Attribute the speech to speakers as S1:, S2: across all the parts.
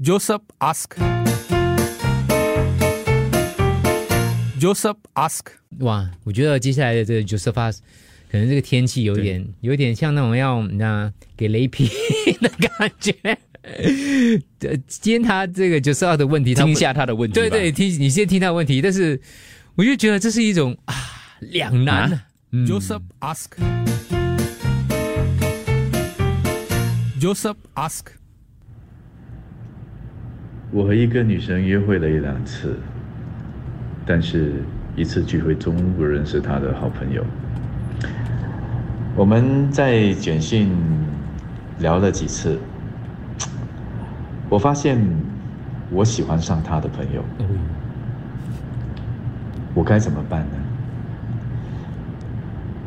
S1: Joseph asked. Joseph asked.
S2: 哇，我觉得接下来的这个 Josephus，可能这个天气有点有点像那种要嗯那给雷劈 的感觉。呃，今天他这个 Josephus 的问题，他
S3: 听
S2: 不
S3: 一下他的问题吧。
S2: 对对，听你先听他的问题，但是我就觉得这是一种啊两难啊。
S3: Hmm.
S2: 嗯
S1: Joseph asked. Joseph asked.
S4: 我和一个女生约会了一两次，但是一次聚会中不认识她的好朋友。我们在简讯聊了几次，我发现我喜欢上她的朋友，我该怎么办呢？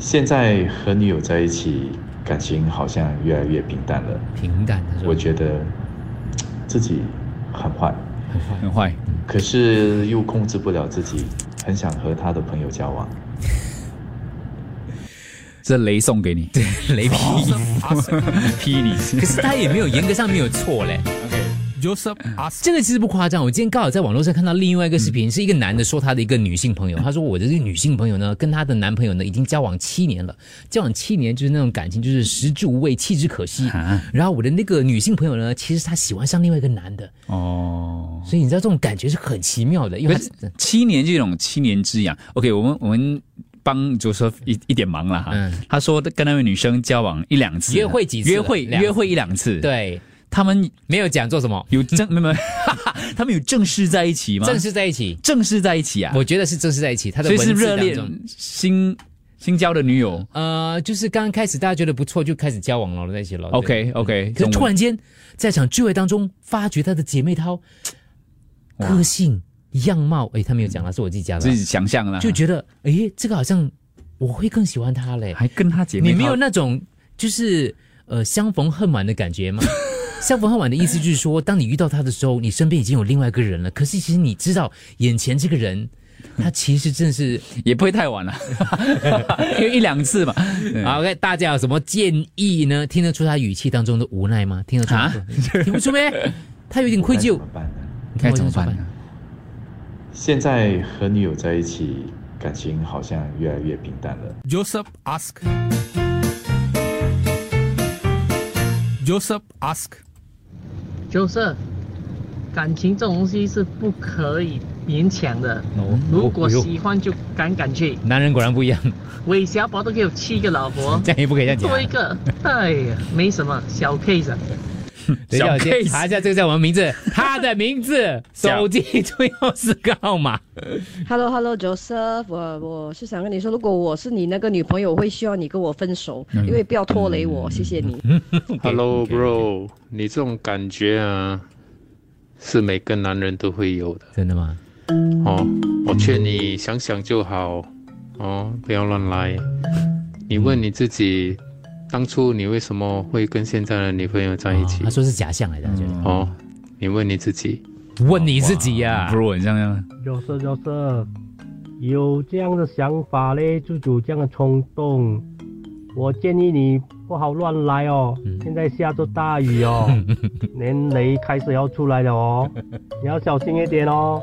S4: 现在和女友在一起，感情好像越来越平淡了。
S2: 平淡的，
S4: 我觉得自己很坏，嗯
S3: 很坏。
S4: 可是又控制不了自己，很想和他的朋友交往。
S3: 这雷送给你，
S2: 得雷劈。
S1: Joseph asked.
S3: 劈 你。
S2: 可是他也没有严格上没有错嘞，
S1: Joseph asked.
S2: 这个其实不夸张。我今天刚好在网络上看到另外一个视频，是一个男的说他的一个女性朋
S3: 嗯
S2: 友，他说我的这个女性朋友呢，跟她的男朋友呢已经交往七年了，交往七年就是那种感情就是食之无味，弃之可惜
S3: 啊。
S2: 然后我的那个女性朋友呢，其实她喜欢上另外一个男的，
S3: 哦，
S2: 所以你知道这种感觉是很奇妙的，因为
S3: 可
S2: 她
S3: 是七年这种七年之痒。OK，我们我们帮 Joseph 一一点忙了哈。
S2: 嗯
S3: 他说跟那位女生交往一两次，啊
S2: 约会几次了
S3: 约会
S2: 两次
S3: 约会一两次。，
S2: 对
S3: 他们
S2: 没有讲做什么，
S3: 有正 没有没有，他们有正式在一起吗？
S2: 正式在一起，
S3: 正式在一起啊，
S2: 我觉得是正式在一起，他的
S3: 所以
S2: 文
S3: 是
S2: 字
S3: 热
S2: 当
S3: 恋
S2: 中。
S3: 新新交的女友。
S2: 呃，就是刚开始大家觉得不错，就开始交往了，在一起了。对
S3: OK OK，
S2: 可是突然间，在场聚会当中，发觉她的姐妹淘个性、样貌，诶，她没有讲啦，是我自己讲的
S3: 自
S2: 啦，
S3: 己想象了，
S2: 就觉得，诶，这个好像我会更喜欢她嘞。
S3: 还跟他姐妹
S2: 你
S3: 淘，
S2: 没有那种就是呃相逢恨晚的感 觉吗？相逢恨晚的意思就是说，当你遇到他的时候，你身边已经有另外一个人了。可是其实你知道，眼前这个人，他其实正是
S3: 也不会太 晚了，因为一两次嘛。对
S2: 好，OK，大家有什么建议呢？听得出他语气当中的无奈吗？听得出
S3: 啊
S2: 吗？听不出呗？他有点愧
S4: 该怎
S2: 疚
S4: 么，办呢？
S2: 你看
S3: 该
S2: 我
S3: 怎么
S2: 这
S3: 办
S2: 个
S3: 呢？
S4: 现在和女友在一起，感情好像越来越平淡了。
S1: Joseph asked. Joseph asked.
S5: 就是感情这种东西是不可以勉强的。如果喜欢就敢敢去，
S2: 男人果然不一样，，
S5: 韦小宝都可以有七个老婆
S2: 这样也不可以这样讲
S5: 多一。个，哎呀，没什么小 case 啊。
S2: 等一下，
S3: 小
S2: 我先
S3: case
S2: 查一下这个叫什么名字，他的名字，
S3: 小
S2: 手机最后四个 号码。
S6: Hello Hello Joseph，我我是想跟你说，如果我是你那个女朋友，我会希望你跟我分手，因为不要拖累我，谢谢你。
S7: Hello bro，你这种感觉啊，是每个男人都会有的
S2: 真的吗？
S7: 哦。我劝你想想就好，哦，不要乱来。你问你自己，当初你为什么会跟现在的女朋友在一起
S2: 哦他？说是假象来的，我觉
S3: 嗯
S2: 得。
S7: 哦，你问你自己。
S2: 问你自己啊呀、
S3: 啊不如很像这样，
S8: 就是就是，有这样的想法嘞，就有这样的冲动。我建议你不好乱来哦，
S9: 嗯
S8: 现在下着大雨哦， 连雷开始要出来了哦，你要小心一点哦。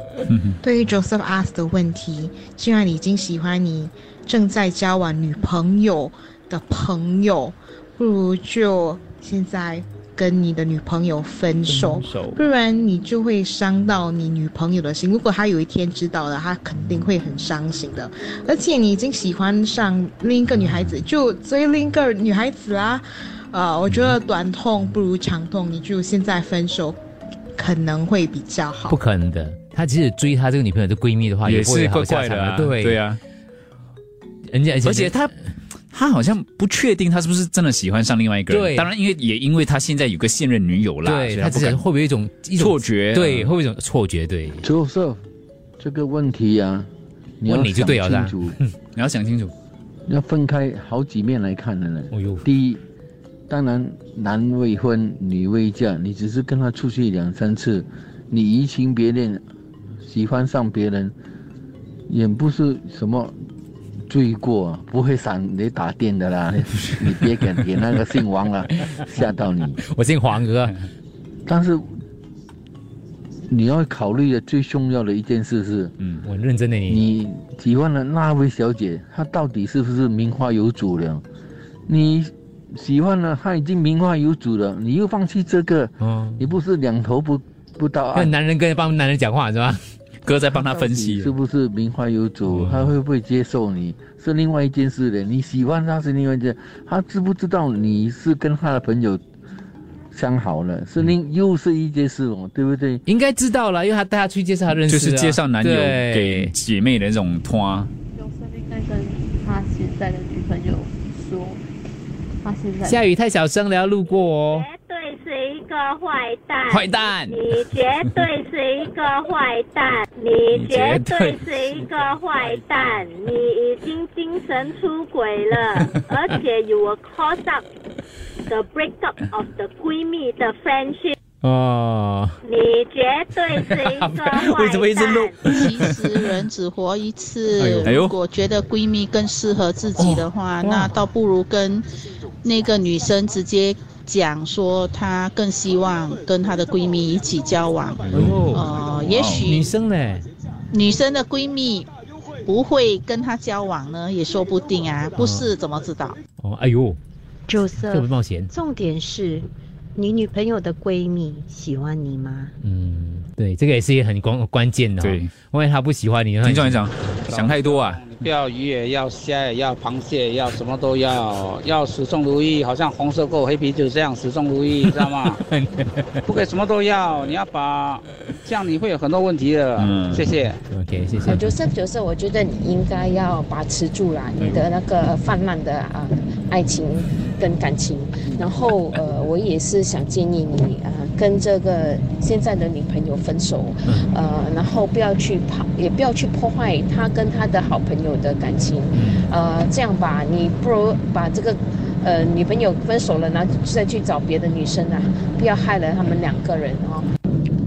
S10: 对于 Joseph ask 的问题，既然你已经喜欢你正在交往女朋友的朋友，不如就现在跟你的女朋友分手，不然你就会伤到你女朋友的心。如果她有一天知道了，她肯定会很伤心的。而且你已经喜欢上另一个女孩子，就追另一个女孩子啦。呃，我觉得短痛不如长痛，你就现在分手，可能会比较好
S2: 不。可能的。他即使追他这个女朋友的闺蜜的话，
S3: 也
S2: 啊不会
S3: 是
S2: 有好
S3: 怪怪
S2: 下场
S3: 的、啊，
S2: 对
S3: 对，啊，
S2: 人家
S3: 而且他。他好像不确定他是不是真的喜欢上另外一个人，
S2: 对
S3: 当然因为也因为他现在有个现任女友啦，
S2: 对
S3: 所以
S2: 他
S3: 不
S2: 只是
S3: 敢
S2: 会不会有一种一种
S3: 错觉，啊
S2: 对，会不会有一种错觉？对，
S11: Joseph，这个问题呀、你要
S2: 问你就对了
S11: 想清 楚，
S3: 你要想清楚，
S11: 要分开好几面来看的呢。
S2: 哦呦，
S11: 第一，当然男未婚女未嫁，你只是跟他出去两三次，你移情别恋，喜欢上别人，也不是什么罪过啊，不会闪雷打电的啦，你别敢给那个姓王啊吓到你。
S2: 我姓黄哥，
S11: 但是你要考虑的最重要的一件事是，
S3: 嗯，
S2: 我很认真的你，
S11: 你喜欢的那位小姐，她到底是不是名花有主了？你喜欢了，她已经名花有主了，你又放弃这个，
S2: 嗯，
S11: 你不是两头不不到
S2: 那
S11: 岸？
S2: 男人跟帮男人讲话是吧？
S3: 哥在帮他分
S11: 你
S3: 析
S11: 是，不是名花有主？
S2: 嗯
S11: 她会不会接受你是另外一件事的。你喜欢她是另外一件，她知不知道你是跟她的朋友相好了，是另又是一件事哦，对不对？
S2: 应该知道了，因为他带他去介绍他认识
S3: 就
S2: 啊，
S3: 是介绍男友
S2: 对
S3: 给姐妹的那种托。
S10: Joseph 应该跟他现在的女朋友说，他现在
S2: 下雨太小声了，要路过哦。
S9: 绝对是一个坏蛋，
S3: 坏蛋
S9: 你绝对是一个坏 蛋，你绝对是一个坏蛋，你已经精神出轨 了，而且 you will cause up the breakup of the 闺蜜的 friendship，
S3: 啊
S2: 哦，
S9: 你绝对是一个
S2: 为什么
S9: 坏
S2: 一直录
S9: 蛋。
S10: 其实人只活一
S3: 哎
S10: 次
S3: 呦哎，呦
S10: 如果觉得闺蜜更适合自己的话，那倒不如跟那个女生直接讲说，她更希望跟她的闺蜜一起交往。
S3: 哎
S12: 哦
S10: 呃，也
S2: 哎女
S10: 许
S2: 生嘞，
S10: 女生的闺蜜不会跟她交往呢，也说不定啊，不是怎么知道？
S2: 哦，哎呦，特别
S12: Joseph，
S2: 冒险，
S12: 重点是你女朋友的闺蜜喜欢你吗？
S2: 嗯，对，这个也是一个很关关键的、哦，
S3: 对，
S2: 万一他不喜欢你，的话
S3: 听众来讲，想太多啊，
S13: 钓鱼也要，虾也要，螃蟹也要，什么都要，要始终如一，好像红色狗黑啤酒这样始终如一，知道吗？不可以什么都要，你要把，这样你会有很多问题的。
S3: 嗯
S13: 谢谢。
S2: ，OK，谢
S14: 呃
S2: 谢，
S14: ，Joseph Joseph，我觉得你应该要把持住啦，你的那个泛滥的啊、爱情跟感情。然后呃，我也是想建议你啊、呃跟这个现在的女朋友分手，呃，然后不要去破，也不要去破坏他跟他的好朋友的感情。呃，这样吧，你不如把这个。呃，女朋友分手了，然后再去找别的女生啊，不要害了他们两个人哦。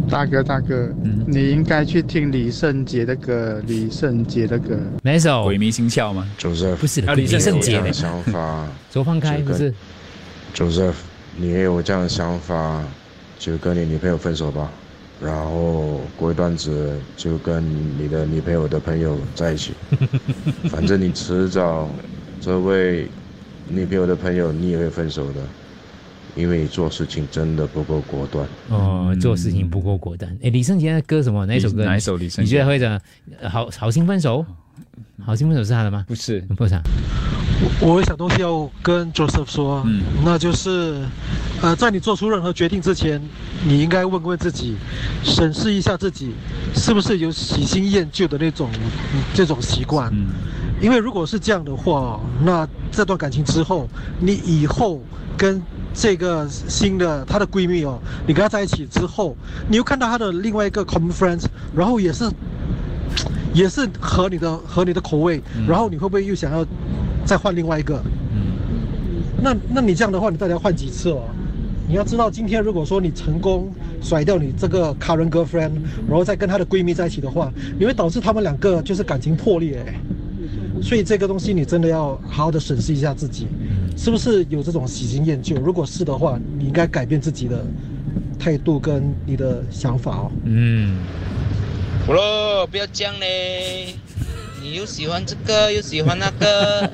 S15: 大哥，大哥，你应该去听李圣杰的歌，李圣杰的歌。
S2: 哪一首？
S3: 鬼迷心窍吗？
S4: Joseph，
S2: 不是的
S3: 啊李圣
S4: 你也有
S3: 杰
S4: 这样
S3: 嘞
S4: 的想法
S2: 手放开，不是，
S4: ，Joseph，你也有这样的想法，就跟你女朋友分手吧，然后过一段子就跟你的女朋友的朋友在 一起，反正你迟早这位女朋友的朋友你也会分手的，因为你做事情真的不够果断。
S2: 哦，做事情不够果断。哎，李圣杰的歌什么？哪一首
S3: 嗯
S2: 歌？
S3: 哪一首李圣杰
S2: 你觉得会的？呃好好心分手，好心分手是他的吗？
S3: 不是，
S2: 不是啊，
S16: 我有一小东西要跟 Joseph 说，啊
S3: 嗯
S16: 那就是，呃，在你做出任何决定之前，你应该问问自己，审视一下自己，是不是有喜新厌旧的那种嗯这种习惯。
S3: 嗯
S16: 因为如果是这样的话，那这段感情之后，你以后跟这个新的她的闺蜜哦，你跟她在一起之后，你又看到她的另外一个 common friends，然后也是也是合你的合你的口味，然后你会不会又想要再换另外一个？那那你这样的话，你到底要换几次哦？你要知道，今天如果说你成功甩掉你这个 current girlfriend，然后再跟她的闺蜜在一起的话，你会导致他们两个就是感情破裂欸。所以这个东西你真的要好好的审视一下自己，
S17: 嗯
S16: 是不是有这种喜新厌旧？如果是的话，你应该改变自己的态度跟你的想法哦。
S2: 嗯，
S6: 不喽，哦不要这样嘞！你又喜欢这个，又喜欢那个。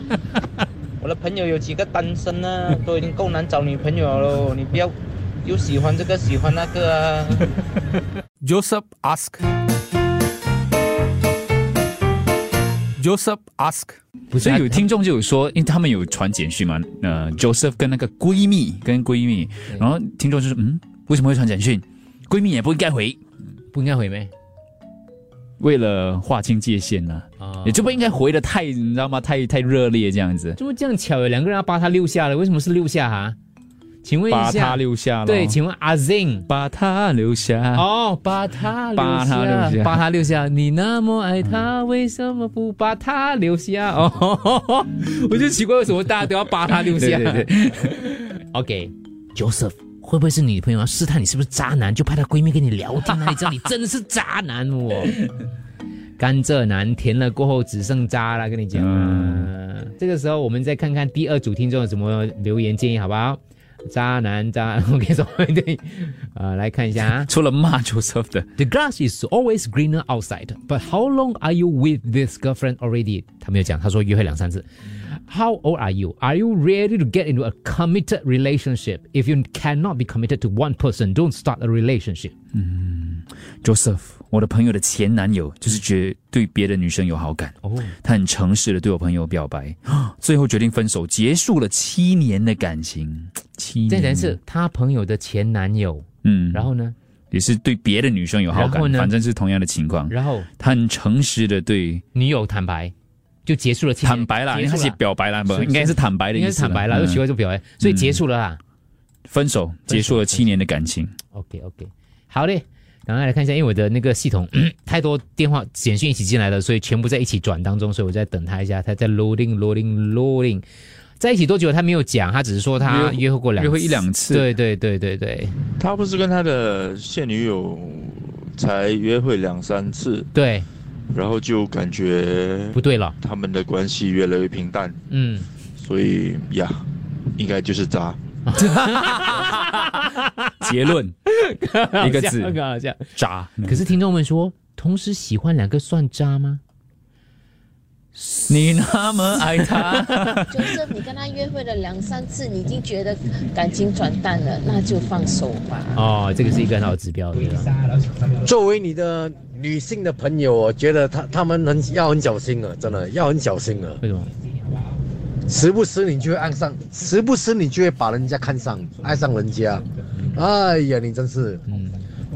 S6: 我的朋友有几个单身呢、都已经够难找女朋友了咯。你不要又喜欢这个，喜欢那个啊。
S18: Joseph ask. Joseph ask.
S3: 不是，
S2: 啊
S3: 所以有听众就有说，因为他们有传简讯嘛，呃，Joseph 跟那个闺蜜跟闺蜜，然后听众就说，嗯，为什么会传简讯？闺蜜也不应该回，
S2: 不应该回没？
S3: 为了划清界限呢、
S2: 啊
S3: 也就不应该回的太，你知道吗？太太热烈这样子，
S2: 怎么这样巧？有两个人要扒他六下了，为什么是六下啊？请问一下，
S3: 把他留下了，
S2: 对，请问阿 Zin，
S3: 把他留下，
S2: 哦，把他
S3: 啊
S2: 留
S3: 把他留下
S2: 把他留下，你那么爱他，为什么不把他留下？哦， 我就奇怪为什么大家都要把他留下。
S3: 对对
S2: o k j o s e p h 会不会是你女朋友要试探你是不是渣男，就派她闺蜜跟你聊天，那你知道你真的是渣 男哦。甘蔗男甜了过后只剩渣了，跟你讲。啊
S3: 嗯
S2: 这个时候我们再看看第二组听众有什么留言建议，好不好？渣男渣，OK，所 谓对，呃，来看一下啊，
S3: 除了骂 Joseph 的
S2: ，The grass is always greener outside, but how long are you with this girlfriend already？他没有讲，他说约会两三次。How old are you? Are you ready to get into a committed relationship? If you cannot be committed to one person, don't start a relationship.
S3: 嗯，Joseph，我的朋友的前男友就是觉对别的女生有好感，
S2: 哦，
S3: 他很诚实的对我朋友表白， 最后决定分手，结束了七年的感情，七年。
S2: 再讲一次，他朋友的前男友，
S3: 嗯，
S2: 然后呢，
S3: 也是对别的女生有好
S2: 然后
S3: 感，
S2: 呢
S3: 反正是同样的情况。
S2: 然后
S3: 他很诚实的对
S2: 女友坦白，就结束了七年。
S3: 坦白啦，因
S2: 结
S3: 为他
S2: 束了
S3: 写表白啦，不
S2: 是不是
S3: 应该是坦白的意思
S2: 应
S3: 啦，
S2: 该是坦白啦，又
S3: 嗯
S2: 奇怪就表白，所以结束了啦。
S3: 分手，结束了七年的感 情。
S2: OK OK，好嘞，然后来看一下，因为我的那个系统 太多电话简讯一起进来了，所以全部在一起转当中，所以我在等他一下，他在 loading loading loading，在一起多久他没有讲，他只是说他
S19: 约
S2: 约会过两
S19: 约会一两次
S2: 对对对对对
S19: 他不是跟他的现女友才约会两三次，
S2: 对，
S19: 然后就感觉
S2: 不对了，
S19: 他们的关系越来越平淡，
S2: 嗯，
S19: 所以呀，应该就是渣。
S3: 结论
S2: 搞
S3: 一个
S2: 笑
S3: 字
S2: 搞笑
S3: 渣。
S2: 可是听众们说，同时喜欢两个算渣吗？
S3: 你那么爱 他，
S20: 就是你跟他约会了两三次，你已经觉得感情转淡了，那就放手吧。
S2: 哦，这个是一个很好的指标，对吧？
S17: 作为你的女性的朋友，我觉得他他们很要很小心了，真的要很小心了。
S2: 为什么？
S17: 时不时你就会爱上，时不时你就会把人家看上，爱上人家。哎呀，你真是，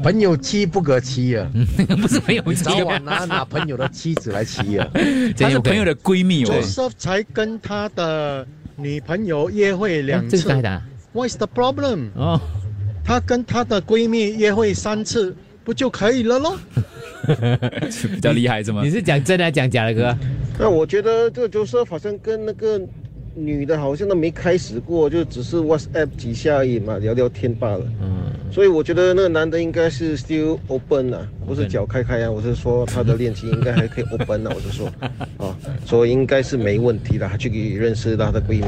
S17: 朋友妻不可欺啊！
S2: 不是朋友啊妻，
S17: 早晚 拿 拿朋友的妻子来欺啊！
S3: 她是朋友的闺蜜哦。
S21: Joseph 才跟他的女朋友约会两
S2: 这
S21: 次。
S2: 个刚才答。
S21: What's the problem？
S2: 哦，
S21: 他跟他的闺蜜约会三次，不就可以了咯？
S3: 比较厉害是吗？
S2: 你是讲真的还是讲假的哥？
S22: 那我觉得这个 Joseph 好像跟那个女的好像都没开始过，就只是 WhatsApp 几下而已嘛，聊聊天罢了。
S2: 嗯，
S22: 所以我觉得那个男的应该是 still open 啊，不是脚开开啊，我是说他的恋情应该还可以 open 啊，我是说，啊，所以应该是没问题的，他去认识他的闺蜜。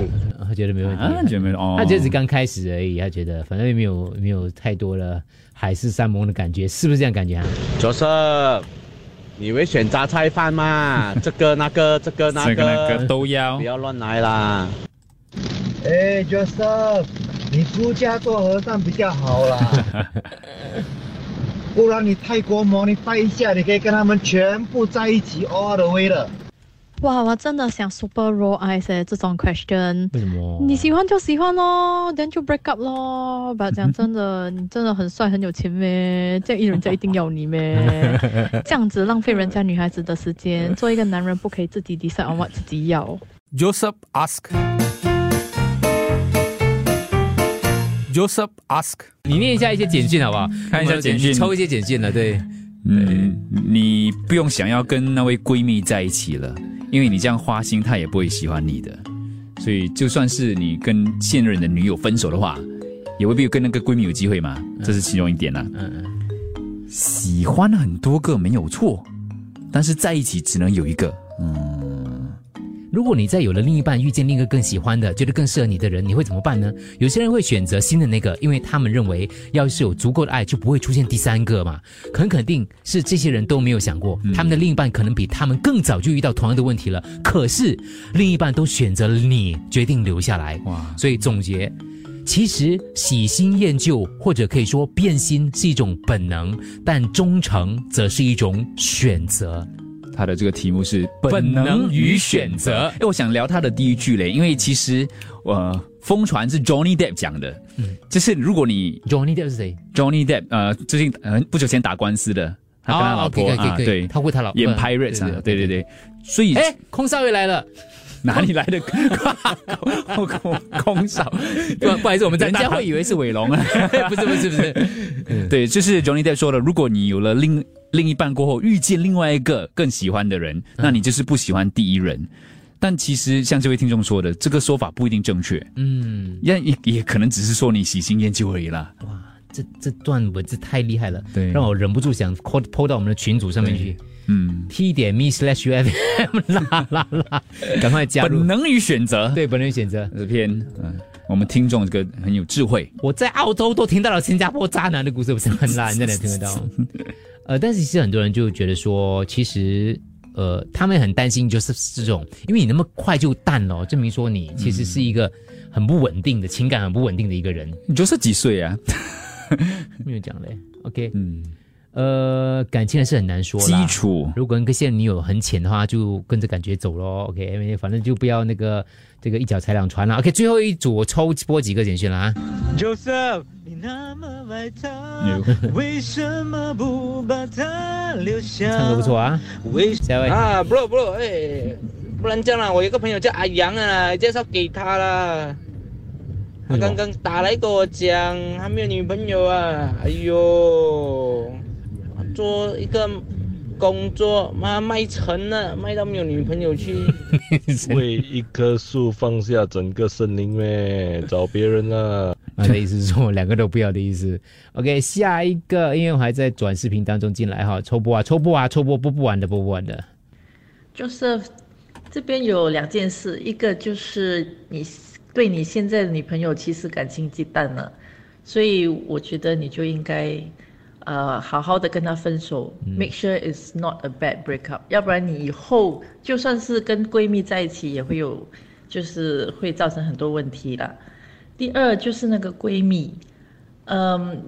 S2: 他觉得没问题，
S22: 啊觉得没哦
S2: 他觉得是刚开始而已，他觉得反正也没有没有太多了海誓山盟的感觉，是不是这样感觉啊？
S23: 卓胜，你会选杂菜饭吗？这个那个，呃这个那个，
S3: 这个那个都要
S23: 不要乱来啦。
S24: 哎，Joseph，你出家做和尚比较好啦，不然你泰国模你拜一下，你可以跟他们全部在一起 all the way 的。
S25: 哇，我真的想 super roll eyes 欸这种 question。
S2: 为什么？
S25: 你喜欢就喜欢咯，等就 break up 咯。吧，讲真的，你真的很帅很有钱咩？这样人家一定要你咩？这样子浪费人家女孩子的时间。做一个男人不可以自己 decide on what 自己要。
S1: Joseph ask. Joseph ask.
S2: 你念一下一些简讯好不好？
S3: 看一下简讯
S2: 抽一些简讯了，对。
S3: 嗯，你不用想要跟那位闺蜜在一起了，因为你这样花心，她也不会喜欢你的。所以，就算是你跟现任的女友分手的话，也未必跟那个闺蜜有机会嘛。这是其中一点啦、
S2: 嗯嗯。
S3: 喜欢很多个没有错，但是在一起只能有一个。
S2: 如果你在有了另一半，遇见另一个更喜欢的、觉得更适合你的人，你会怎么办呢？有些人会选择新的那个，因为他们认为要是有足够的爱，就不会出现第三个嘛。很肯定是这些人都没有想过，他们的另一半可能比他们更早就遇到同样的问题了。可是另一半都选择了你，决定留下来。哇！所以总结。其实喜新厌旧，或者可以说变心，是一种本能，但忠诚则是一种选择。
S3: 他的这个题目是
S2: 本能与选择。
S3: 哎，我想聊他的第一句嘞，因为其实呃，疯传是 Johnny Depp 讲的，
S2: 嗯
S3: 就是如果你
S2: Johnny Depp 是谁
S3: ？Johnny Depp 呃，最近呃不久前打官司的，他跟他老婆、
S2: 哦可以可以
S3: 啊，
S2: 可以
S3: 对，
S2: 他为他老婆
S3: 演 Pirates 啊，对对对，所以
S2: 哎，空少爷 来了，
S3: 哪里来的 空空空少？
S2: 不不好意思我们在
S3: 人家会以为是伟龙啊，
S2: 不是不是不是，
S3: 对，就是 Johnny Depp 说的，如果你有了另另一半过后，遇见另外一个更喜欢的人，那你就是不喜欢第一人。但其实像这位听众说的，这个说法不一定正确，
S2: 嗯，
S3: 也也也可能只是说你喜新厌旧而已啦。
S2: 这这段文字太厉害了，
S3: 对
S2: 让我忍不住想 po po 到我们的群组上面去。
S3: 嗯
S2: ，t 点 me slash u f m 啦啦啦，赶快加入。
S3: 本能与选择，
S2: 对，本能与选择
S3: 这篇，嗯，我们听众这个很有智慧。
S2: 我在澳洲都听到了新加坡渣男的故事，我是很烂，真的听得到。呃，但是其实很多人就觉得说，其实呃，他们很担心就是这种，因为你那么快就淡了，证明说你其实是一个很不稳定的、情感很不稳定的一个人。
S3: 你就是几岁啊？
S2: 没有讲嘞，OK，嗯。呃，感情还是很难说啦
S3: 基础
S2: 如果跟现任女友很浅的话，就跟着感觉走咯。OK，因为反正就不要那个这个一脚踩两船了。OK，最后一组我抽播几个简讯了啊。
S4: Joseph，你那么爱他
S2: 呦，
S4: 为什么不把他留下？
S2: 唱歌不错啊。下一位
S4: 啊，bro bro，哎、不然这样啦，我有个朋友叫阿阳啊，介绍给他啦。他
S2: 为什么
S4: 刚刚打来跟我讲，他没有女朋友啊，哎呦，做一个工作，妈卖沉了，卖到没有女朋友去。
S5: 为一棵树放下整个森林呗，找别人啊。
S2: 啊的意思是说两个都不要的意思。OK，下一个，因为我还在转视频当中进来哈，抽播啊，抽播啊，抽播播不完的，播不完的。
S6: Joseph，这边有两件事，一个就是你对你现在的女朋友其实感情忌惮了，所以我觉得你就应该，呃，好好的跟她分手、
S7: 嗯
S6: m a k e sure it's not a bad breakup，要不然你以后就算是跟闺蜜在一起，也会有，就是会造成很多问题啦。第二就是那个闺蜜，嗯，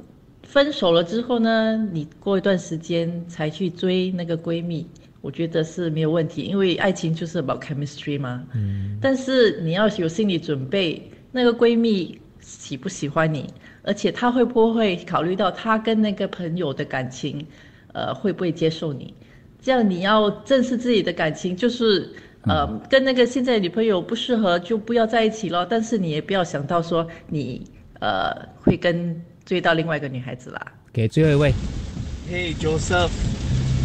S6: 分手了之后呢，你过一段时间才去追那个闺蜜，我觉得是没有问题，因为爱情就是 about chemistry 嘛。
S8: 嗯
S6: 但是你要有心理准备，那个闺蜜喜不喜欢你，而且她会不会考虑到她跟那个朋友的感情，呃，会不会接受你？这样你要正视自己的感情，就是呃，跟那个现在的女朋友不适合就不要在一起咯。但是你也不要想到说你呃会跟追到另外一个女孩子啦。
S2: 给、最后一位，
S6: 嘿、
S4: Joseph，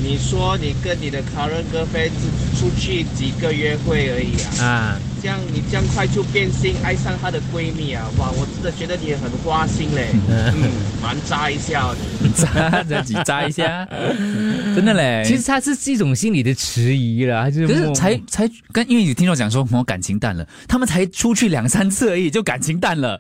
S4: 你说你跟你的 current girlfriend 只出去几个约会而已啊？
S2: 啊，
S4: 这样你这样快就变心，爱上她的闺蜜啊！哇，我真的觉得你很花心嘞，嗯，蛮渣一下哦你。
S3: 扎自己扎一 下，真的嘞。
S2: 其实它是一种心理的迟疑啦，哎它就是
S3: 可是嗯
S2: 默
S3: 才才跟，因为有听众讲说我感情淡了，他们才出去两三次而已就感情淡了，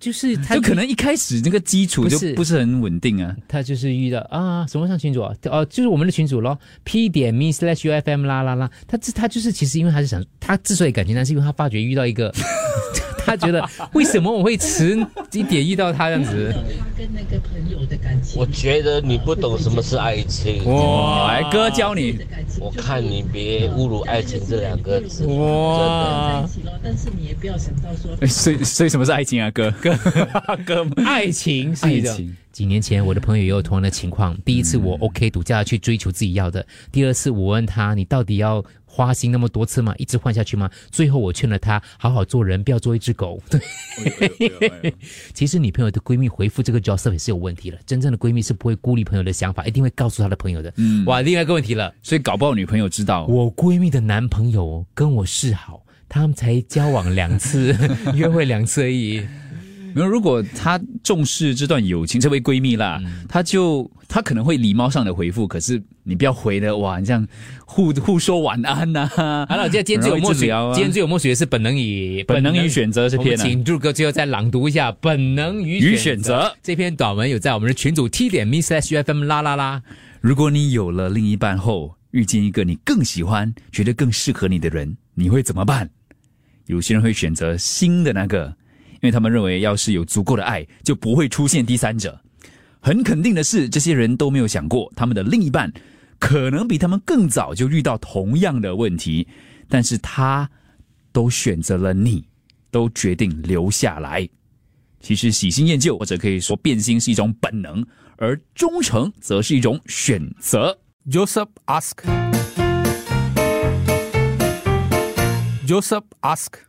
S2: 就是他
S3: 就可能一开始那个基础就
S2: 不是
S3: 不是很稳定啊。
S2: 他就是遇到啊，什么上群主啊？哦、就是我们的群主咯，p 点 me slash ufm 啦啦啦。他这他就是其实因为他是想，他之所以感情淡，是因为他发觉遇到一个， 他觉得为什么我会迟一点遇到他这样子？
S6: 跟那个朋友的感情
S10: 我觉得你不懂什么是爱情。
S3: 哇来哥教你。
S10: 我看你别侮辱爱情这两个字。
S3: 哇！
S6: 起咯，但是你也不要想到说
S3: 哎所以所以什么是爱情啊，哥 哥哥？
S2: 爱情是一种嗯
S3: 爱情
S2: 几年前我的朋友也有同样的情况，第一次我 OK 赌价去追求自己要的，第二次我问他你到底要花心那么多次吗？一直换下去吗？最后我劝了他好好做人，不要做一只 狗。对，其实女朋友的闺蜜回复这个 Joseph 也是有问题了，真正的闺蜜是不会孤立朋友的想法，一定会告诉她的朋友的。
S3: 嗯，
S2: 哇，另外一个问题了，
S3: 所以搞不好女朋友知道。
S2: 我闺蜜的男朋友跟我示好，他们才交往两次， 约会两次而已。
S3: 没有，如果她重视这段友情，这位闺蜜啦，她就她可能会礼貌上的回复，可是你不要回的哇，你这样互互说晚安呐、
S2: 好了，今天今天最有默许，
S3: 然后一直聊啊
S2: 今天最有默许的是本能与
S3: 本能与选择这篇啊
S2: 我们请杜哥最后再朗读一下《本能与
S3: 与选择
S2: 这篇短文，有在我们的群组 T 点 m i s s FM 啦啦啦。
S3: 如果你有了另一半后，遇见一个你更喜欢、觉得更适合你的人，你会怎么办？有些人会选择新的那个，因为他们认为要是有足够的爱，就不会出现第三者。很肯定的是，这些人都没有想过，他们的另一半可能比他们更早就遇到同样的问题，但是他都选择了你，都决定留下来。其实喜新厌旧，或者可以说变心是一种本能，而忠诚则是一种选择。
S1: Joseph ask. Joseph ask.